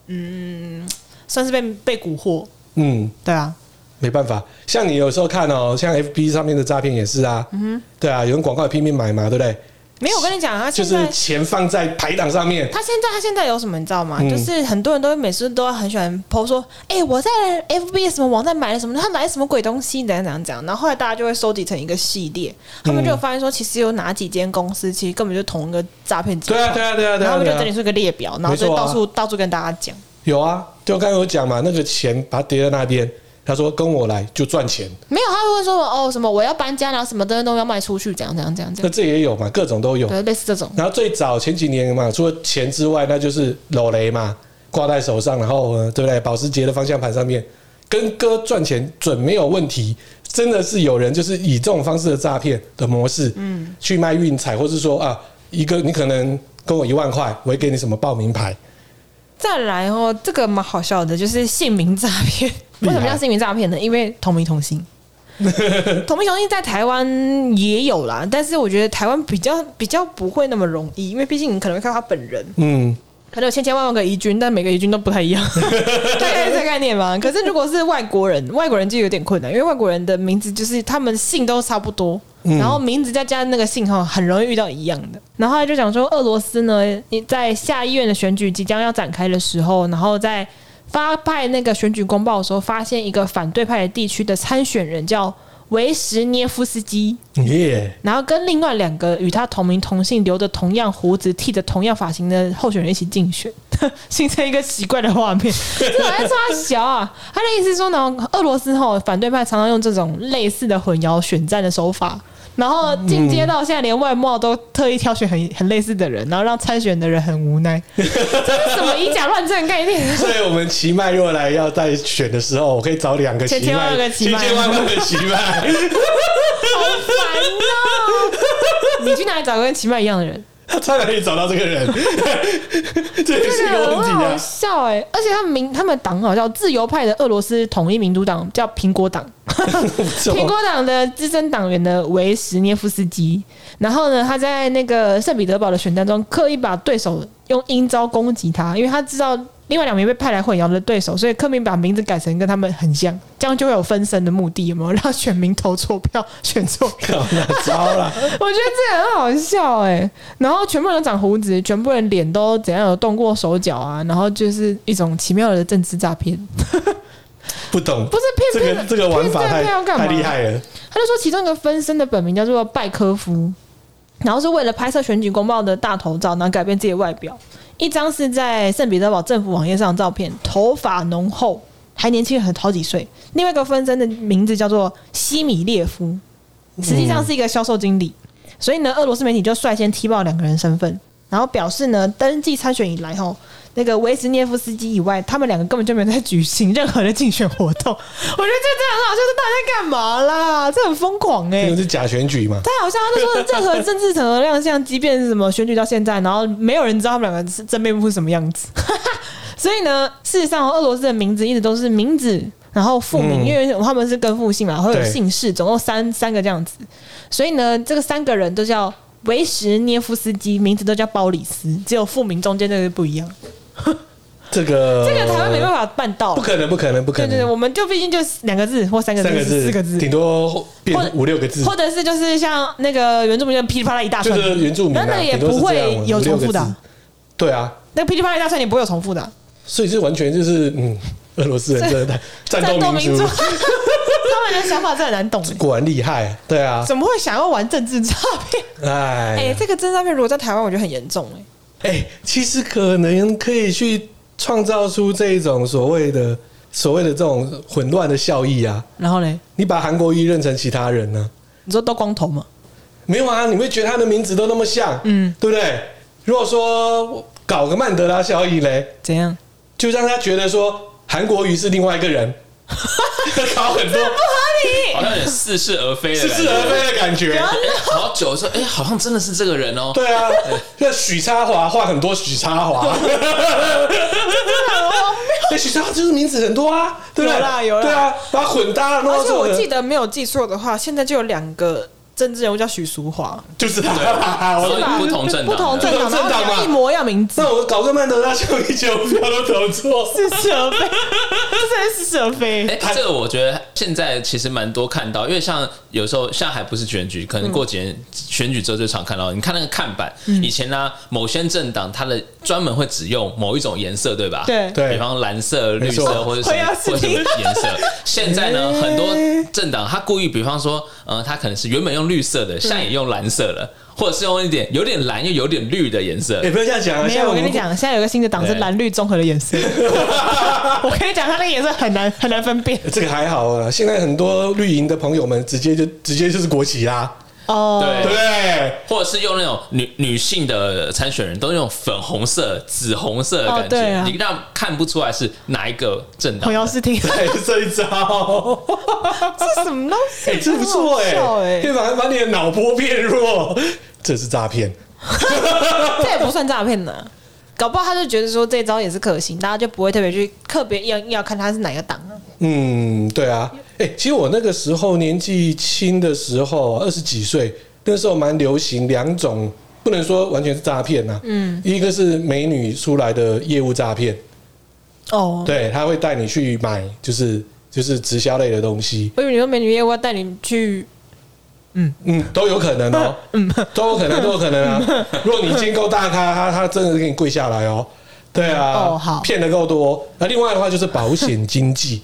嗯，算是被被蛊惑。
嗯，
对啊，
没办法。像你有时候看哦，像 FB 上面的诈骗也是啊，
嗯
对啊，有人广告也拼命买嘛，对不对？
没有我跟你讲，他 啊
就
现
是
在、
钱放在排档上面，
他现在他现在有什么你知道吗？
嗯
就是很多人都每次都很喜欢 PO 说，哎、我在 FB 什么网站买了什么，他买了什么鬼东西，怎样怎样怎样。然后后来大家就会收集成一个系列，他们就有发现说，其实有哪几间公司其实根本就同一个诈骗集
对
团。
啊，对啊，对啊，对
然
啊，
后他们
对
就整理
啊，
出一个列表，然后
没
就
错啊
到处、到处跟大家讲。
有啊，就刚刚有讲嘛，那个钱把它叠在那边，他说跟我来就赚钱，
没有，他会说哦什么我要搬家，然后什么东西都要卖出去，这样这样这样这
那
样，
这也有嘛，各种都有。
对，类似这种。
然后最早前几年嘛，除了钱之外，那就是裸雷嘛，挂在手上，然后呃对不对？保时捷的方向盘上面，跟哥赚钱准没有问题。真的是有人就是以这种方式的诈骗的模式，嗯，去卖运彩，或是说啊，一个你可能跟我一万块，我会给你什么报名牌，
再来哦，这个蛮好笑的，就是姓名诈骗。
厉
为
害
什么叫姓名诈骗呢？因为
同名同 姓。同名同姓在台湾也有啦，但是我觉得台湾比较比较不会那么容易，因为毕竟你可能会看到他本人，
嗯，
可能有千千万万个宜君，但每个宜君都不太一样，大概是这个概念吧。可是如果是外国人，外国人就有点困难，因为外国人的名字就是他们姓都差不多，然后名字再加那个姓哈，很容易遇到一样的。然后他就讲说，俄罗斯呢，你在下议院的选举即将要展开的时候，然后在发派那个选举公报的时候，发现一个反对派的地区的参选人叫维什涅夫斯基。
耶、
然后跟另外两个与他同名同姓、留着同样胡子、剃着同样发型的候选人一起竞选， 形成一个奇怪的画面。这好像是他小啊，他的意思是说呢，俄罗斯吼反对派常常用这种类似的混淆选战的手法。然后进阶到现在，连外貌都特意挑选很很类似的人，然后让参选的人很无奈。 这是什么以假乱真的概念？
所以我们奇麦若来要在选的时候，我可以找两个奇
千千万
麦，
万个奇
千
麦
千万万个奇麦，
好烦哦！你去哪里找个跟奇曼一样的 人？
他在哪里找到这个人？ 这也是一个
我
问题
好
啊！
笑哎、
欸而且他们民他们党好叫自由派的俄罗斯统一民主党叫苹果党， 苹果党的啊资深党员呢为什涅夫斯基，然后呢他在那个圣彼得堡的选战中刻意把对手用阴招攻击他，因为他知道另外两名被派来混淆的对手，所以克明把名字改成跟他们很像，这样就会有分身的目的，有没有让选民投错票选错人？
搞哪招啦？
我觉得这很好笑哎、然后全部人都长胡子，全部人脸都怎样有动过手脚啊，然后就是一种奇妙的政治诈骗，
不懂，
不是
这
骗骗
个
的
这个玩法
骗
太
骗要干嘛
太厉害了。
他就说其中一个分身的本名叫做拜科夫，然后是为了拍摄选举公报的大头照，然后改变自己的外表。一张是在圣彼得堡政府网页上的照片，头发浓厚，还年轻很好几岁。另外一个分身的名字叫做西米列夫，实际上是一个销售经理。所以呢，俄罗斯媒体就率先踢爆两个人身份，然后表示呢，登记参选以来吼，那个维什涅夫斯基以外，他们两个根本就没有在举行任何的竞选活动。我觉得这真的很好笑，这到底在干嘛啦？这很疯狂哎、
这个是假选举嘛？
他好像他就说任何政治场合亮相，即便是什么选举到现在，然后没有人知道他们两个是真面目是什么样子。 所以呢，事实上俄罗斯的名字一直都是名字，然后复名，
嗯
因为他们是跟复姓嘛，会有
对
姓氏，总共三三个这样子。所以呢，这个三个人都叫维什涅夫斯基，名字都叫包里斯，只有复名中间这个不一样。
这个
这个台湾没办，法办到
不
了。
可能，不可能，不可
对
能，
对对，我们就毕竟就是两个字或三个字、
三个字，
四个字，
顶多
或者
变五六个字，
或者是就是像那个原住民就噼里啪啦一大
就
串，
是原住民、啊，
那那也
顶多是
不会
这样
有重复的。
五六个字对啊，
那噼里啪啦一大串也不会有重复的啊、
所以这完全就是嗯，俄罗斯人真的太战
战
斗
斗
民
民
族
族， 他们的想法真的很难懂欸
果然厉害，对啊，
怎么会想要玩政治诈骗？
哎
哎、这个政治诈骗如果在台湾，我觉得很严重哎、
哎，其实可能可以去创造出这种所谓的所谓的这种混乱的效益啊！
然后嘞，
你把韩国瑜认成其他人呢、
你说都光头吗？
没有啊，你会觉得他的名字都那么像，嗯，对不对？如果说搞个曼德拉效应嘞，
怎样？
就让他觉得说韩国瑜是另外一个 人，搞很多
好像有点似是而非
似
的感觉，
是而非的感觉。
哎。好久说，哎、好像真的是这个人哦。
对啊，那许插华换很多许插华，那许插华就是名字很多啊，对不对？
有啦有啦
对啊，把它混搭了，弄
而
到
且
最后
我
呢
记得没有记错的话，现在就有两个政治人物叫许淑华，
就是他。
然
我
后不同政党的，
不同政
不同
党，
政党嘛
然后两一模一样名 字，
那我搞个曼德拉效应，结果票都投错。
是是而非， 这真的是是而非。
哎、这个我觉得现在其实蛮多看到，因为像有时候现在还不是选举，可能过几年选举之后就常看到。你看那个看板，以前呢、某些政党它的专门会只用某一种颜色，对吧？
对
对
比方蓝色、
没
绿
错
色或者什
回
么
到
或
视
者什
频
么颜色。现在呢，
哎
很多政党他故意，比方说，呃，他可能是原本用绿色的，现在也用蓝色了，或者是用一点有点蓝又有点绿的颜色
也。不要这样 讲啊！
没
现在
有，我
们
跟你，讲，现在有个新的党是
对
蓝绿综合的颜色。 我跟你讲，它那个颜色很难很难分辨
这个还好啊。现在很多绿营的朋友们直接就直接就是国旗啦，
哦。
对不
对，
对？
或者是用那种女女性的参选人，都是那种粉红色、紫红色的感
哦
觉，
对啊
你让看不出来是哪一个政党
朋。友是听，
对，哎这一招，
这什么东西？
哎，这不错
很好笑
哎， 可以把把你的脑波变弱，这是诈骗。
这也不算诈骗呢。搞不好他就觉得说这招也是可行，大家就不会特别去特别要要看他是哪个党啊。
嗯，对啊，哎、其实我那个时候年纪轻的时候，二十几岁，那时候蛮流行两种，不能说完全是诈骗呐，嗯，一个是美女出来的业务诈骗，
哦，
对，他会带你去买，就是就是直销类的东西，
我以为你说美女业务要带你去，
嗯，都有可能哦，嗯，都有可能，都有可能啊。如果你今天够大咖，他他真的给你跪下来哦，对啊，
哦好
骗的够多。那另外的话就是保险经济，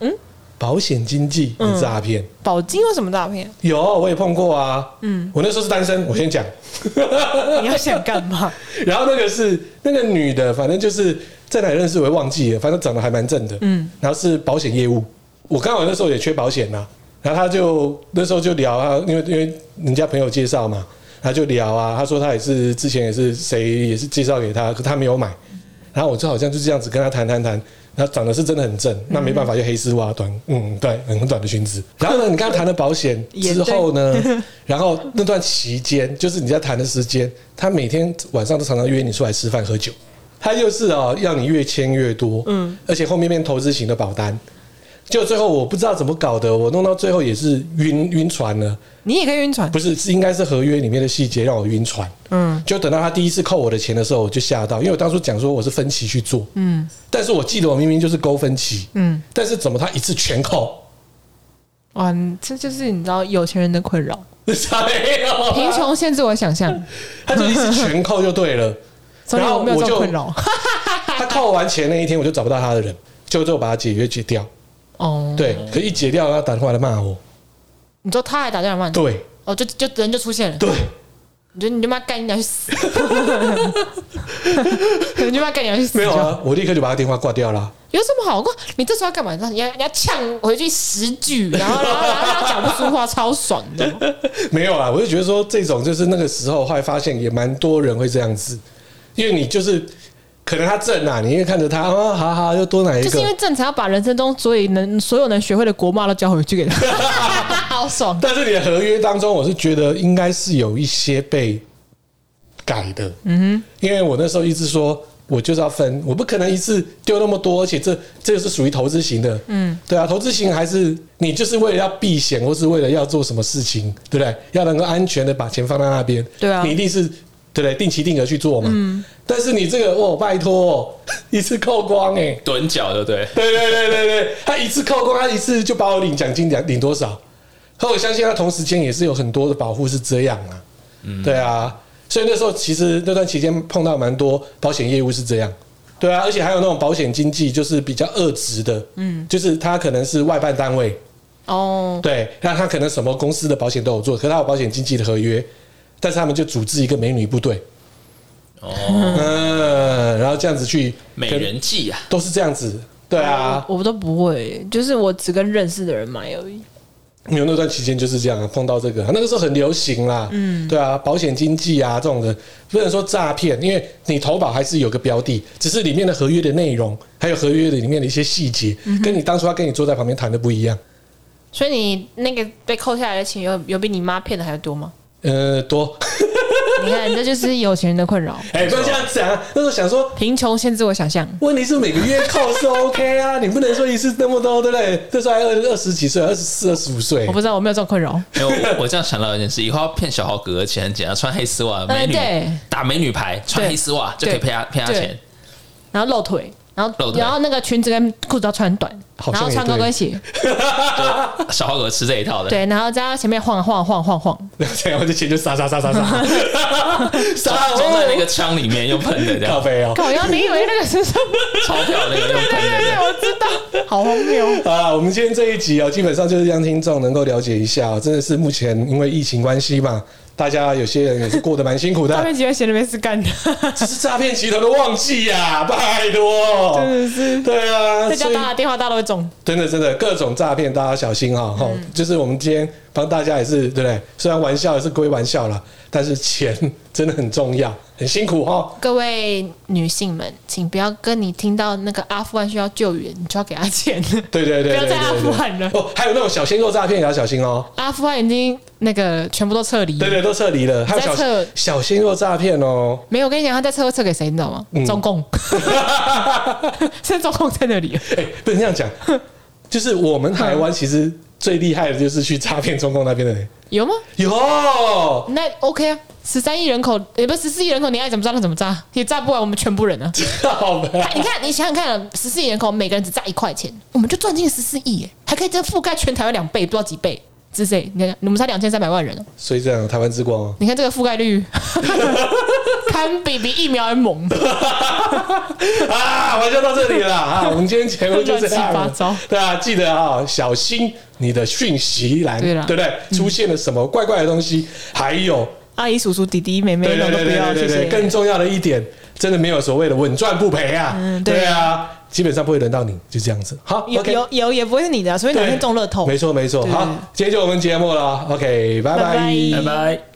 嗯
嗯，
保险经济的诈骗。
保金有什么诈骗？
有，我也碰过啊。嗯，我那时候是单身，我先讲。
你要想干嘛？
然后那个是那个女的，反正就是在哪里认识我也忘记了，反正长得还蛮正的。嗯，然后是保险业务，我刚好那时候也缺保险呐、然后他就那时候就聊啊，因为因为人家朋友介绍嘛，他就聊啊，他说他也是之前也是谁也是介绍给他，可他没有买，然后我就好像就这样子跟他谈谈谈。然后长得是真的很正，那没办法，就黑丝袜短，嗯，对，很短的裙子。然后呢，你跟他谈了保险
也
之
对
后呢，然后那段期间，就是你在谈的时间，他每天晚上都常常约你出来吃饭喝酒。他就是啊、要你越签越多，嗯，而且后面变投资型的保单。就最后我不知道怎么搞的，我弄到最后也是晕晕船了，
你也可以晕船
不是是应该是合约里面的细节让我晕船。嗯，就等到他第一次扣我的钱的时候，我就吓到，因为我当初讲说我是分期去做，嗯，但是我记得我明明就是勾分期，嗯，但是怎么他一次全扣？
哇！你这就是你知道有钱人的困扰，
没有，
贫穷限制我 想象，
他就一次全扣就对了。
所以
然后
我没有
我
这
就
种困扰。
他扣完钱那一天，我就找不到他的人，就就把他解约解掉。
哦，，
对，可一解掉，他打电话来骂我。
你说他还打电话骂你，
对
哦，就就人就出现了，
对，
你觉得你就妈干你娘去死， 你就妈干你娘去死，
没有啊，我立刻就把他电话挂掉了。
有什么好过？你这时候要干嘛？你知道你要你要呛回去十句，然后 然后然后然后讲不出话，超爽
哎
的。
没有啊，我就觉得说这种就是那个时候，后来发现也蛮多人会这样子，因为你就是可能他正啊，你因为看着他啊，好好又多拿一
就是因为
个。
正常要把人生中所 以能所有能学会的国骂都教回去给 他，好爽。
但是你的合约当中，我是觉得应该是有一些被改的，嗯哼，因为我那时候一直说。我就是要分，我不可能一次丢那么多，而且这这个是属于投资型的，嗯，对啊，投资型还是你就是为了要避险，或是为了要做什么事情，对不对？要能够安全的把钱放在那边，
对啊
你一定是对不对？定期定额去做嘛，但是你这个哦，拜托、 一次扣光哎、欸，
趸缴，对不对？
对对对对对，他一次扣光，他一次就把我领奖金领领多少？可我相信他同时间也是有很多的保护是这样啊，
嗯
对啊，所以那时候其实那段期间碰到蛮多保险业务是这样，对啊，而且还有那种保险经纪就是比较恶质的，嗯，就是他可能是外办单位，
哦，
对，那他可能什么公司的保险都有做，可他有保险经纪的合约，但是他们就组织一个美女部队，
哦，
嗯，然后这样子去
美人哦计啊，
都是这样子，对啊，
我都不会，就是我只跟认识的人买而已。
没有那段期间就是这样，碰到这个，那个时候很流行啦，嗯，对啊，保险经纪啊这种的，不能说诈骗，因为你投保还是有个标的，只是里面的合约的内容，还有合约的里面的一些细节，跟你当初他跟你坐在旁边谈的不一样，
所以你那个被扣下来的钱有有比你妈骗的还要多吗？
呃，多，
你看，这就是有钱人的困扰。
哎、不要这样讲、啊，那时候想说
贫穷限制我想象。
问题是每个月扣是 OK 啊，你不能说一次那么多，对不对？这时候还二二十几岁，二十四、二十五岁
我，不知道，我没有这种困扰。
没有，我我这样想到一件事，以后要骗小豪哥的钱很简单，穿黑丝袜，美女、
对
打美女牌，穿黑丝袜就可以骗他骗他
对
钱。
然后露腿，然
露
后
腿
然后那个裙子跟裤子都穿很短，
好
然
像
后
也
穿高跟鞋，
小豪哥吃这一套的，
对，然后在他前面晃晃晃晃晃，
然后这钱就杀杀杀杀杀
装
杀
装在那
个
个枪里面用喷的这
咖
样，
啡哦。
靠腰，你以为那个是什么？
钞票那个用喷的这样。
好荒谬！
啊，我们今天这一集哦，基本上就是让听众能够了解一下、哦，真的是目前因为疫情关系嘛，大家有些人也是过得蛮辛苦
上
的，
面几个闲着没事干的，
这是诈骗集团的旺季 呀、拜托，
真的是
对啊，
再叫
所以
大家电话大家都会中。
真的真的各种诈骗，大家小心啊、吼
嗯
就是我们今天帮大家也是对不对？虽然玩笑是归玩笑啦，但是钱真的很重要，很辛苦哈、
各位女性们，请不要跟你听到那个阿富汗需要救援，你就要给 他钱。
对对对，
不要再
对对对
阿富汗了
哦，还有那种小鲜肉诈骗也要小心哦。
阿富汗已经那个全部都撤离了，
对对，都撤离了。还有
在撤
小小鲜肉诈骗哦，
没有，我跟你讲，他在撤会撤给谁，你知道吗？
嗯
中 共，现在中共在那里，
哎，不能这样 讲，就是我们台
嗯
湾其实最厉害的就是去诈骗中共那边的人。
有吗？
有，
那 OK 啊，十三亿人口，也不十四亿人口，你爱怎么炸就怎么炸，也炸不完我们全部人啊！
好吧，
你看，你想想看、啊，十四亿人口，每个人只炸一块钱，我们就赚进十四亿耶，还可以再覆盖全台湾两倍，不知道几倍。之谁？你看，我们才两千三百万人哦、
所以这样台湾之光哦。
你看这个覆盖率， 堪比比疫苗还猛。
啊，玩笑到这里了啊！我们今天节目就这样了，
乱七八糟
对啊，记得啊、小心你的讯息栏，
对啦嗯
不对？出现了什么怪怪的东西？还有，
阿姨、叔叔、弟弟、妹妹
对对对对对对，更重要的一点，真的没有所谓的稳赚不赔啊，
嗯对
啊，基本上不会轮到你，就这样子。好
有
，OK，
有有也不会是你的啊、所以哪
对
天中乐透
没。错没错。
对对
好
对，
今天就我们节目了，OK，拜
拜拜
拜拜。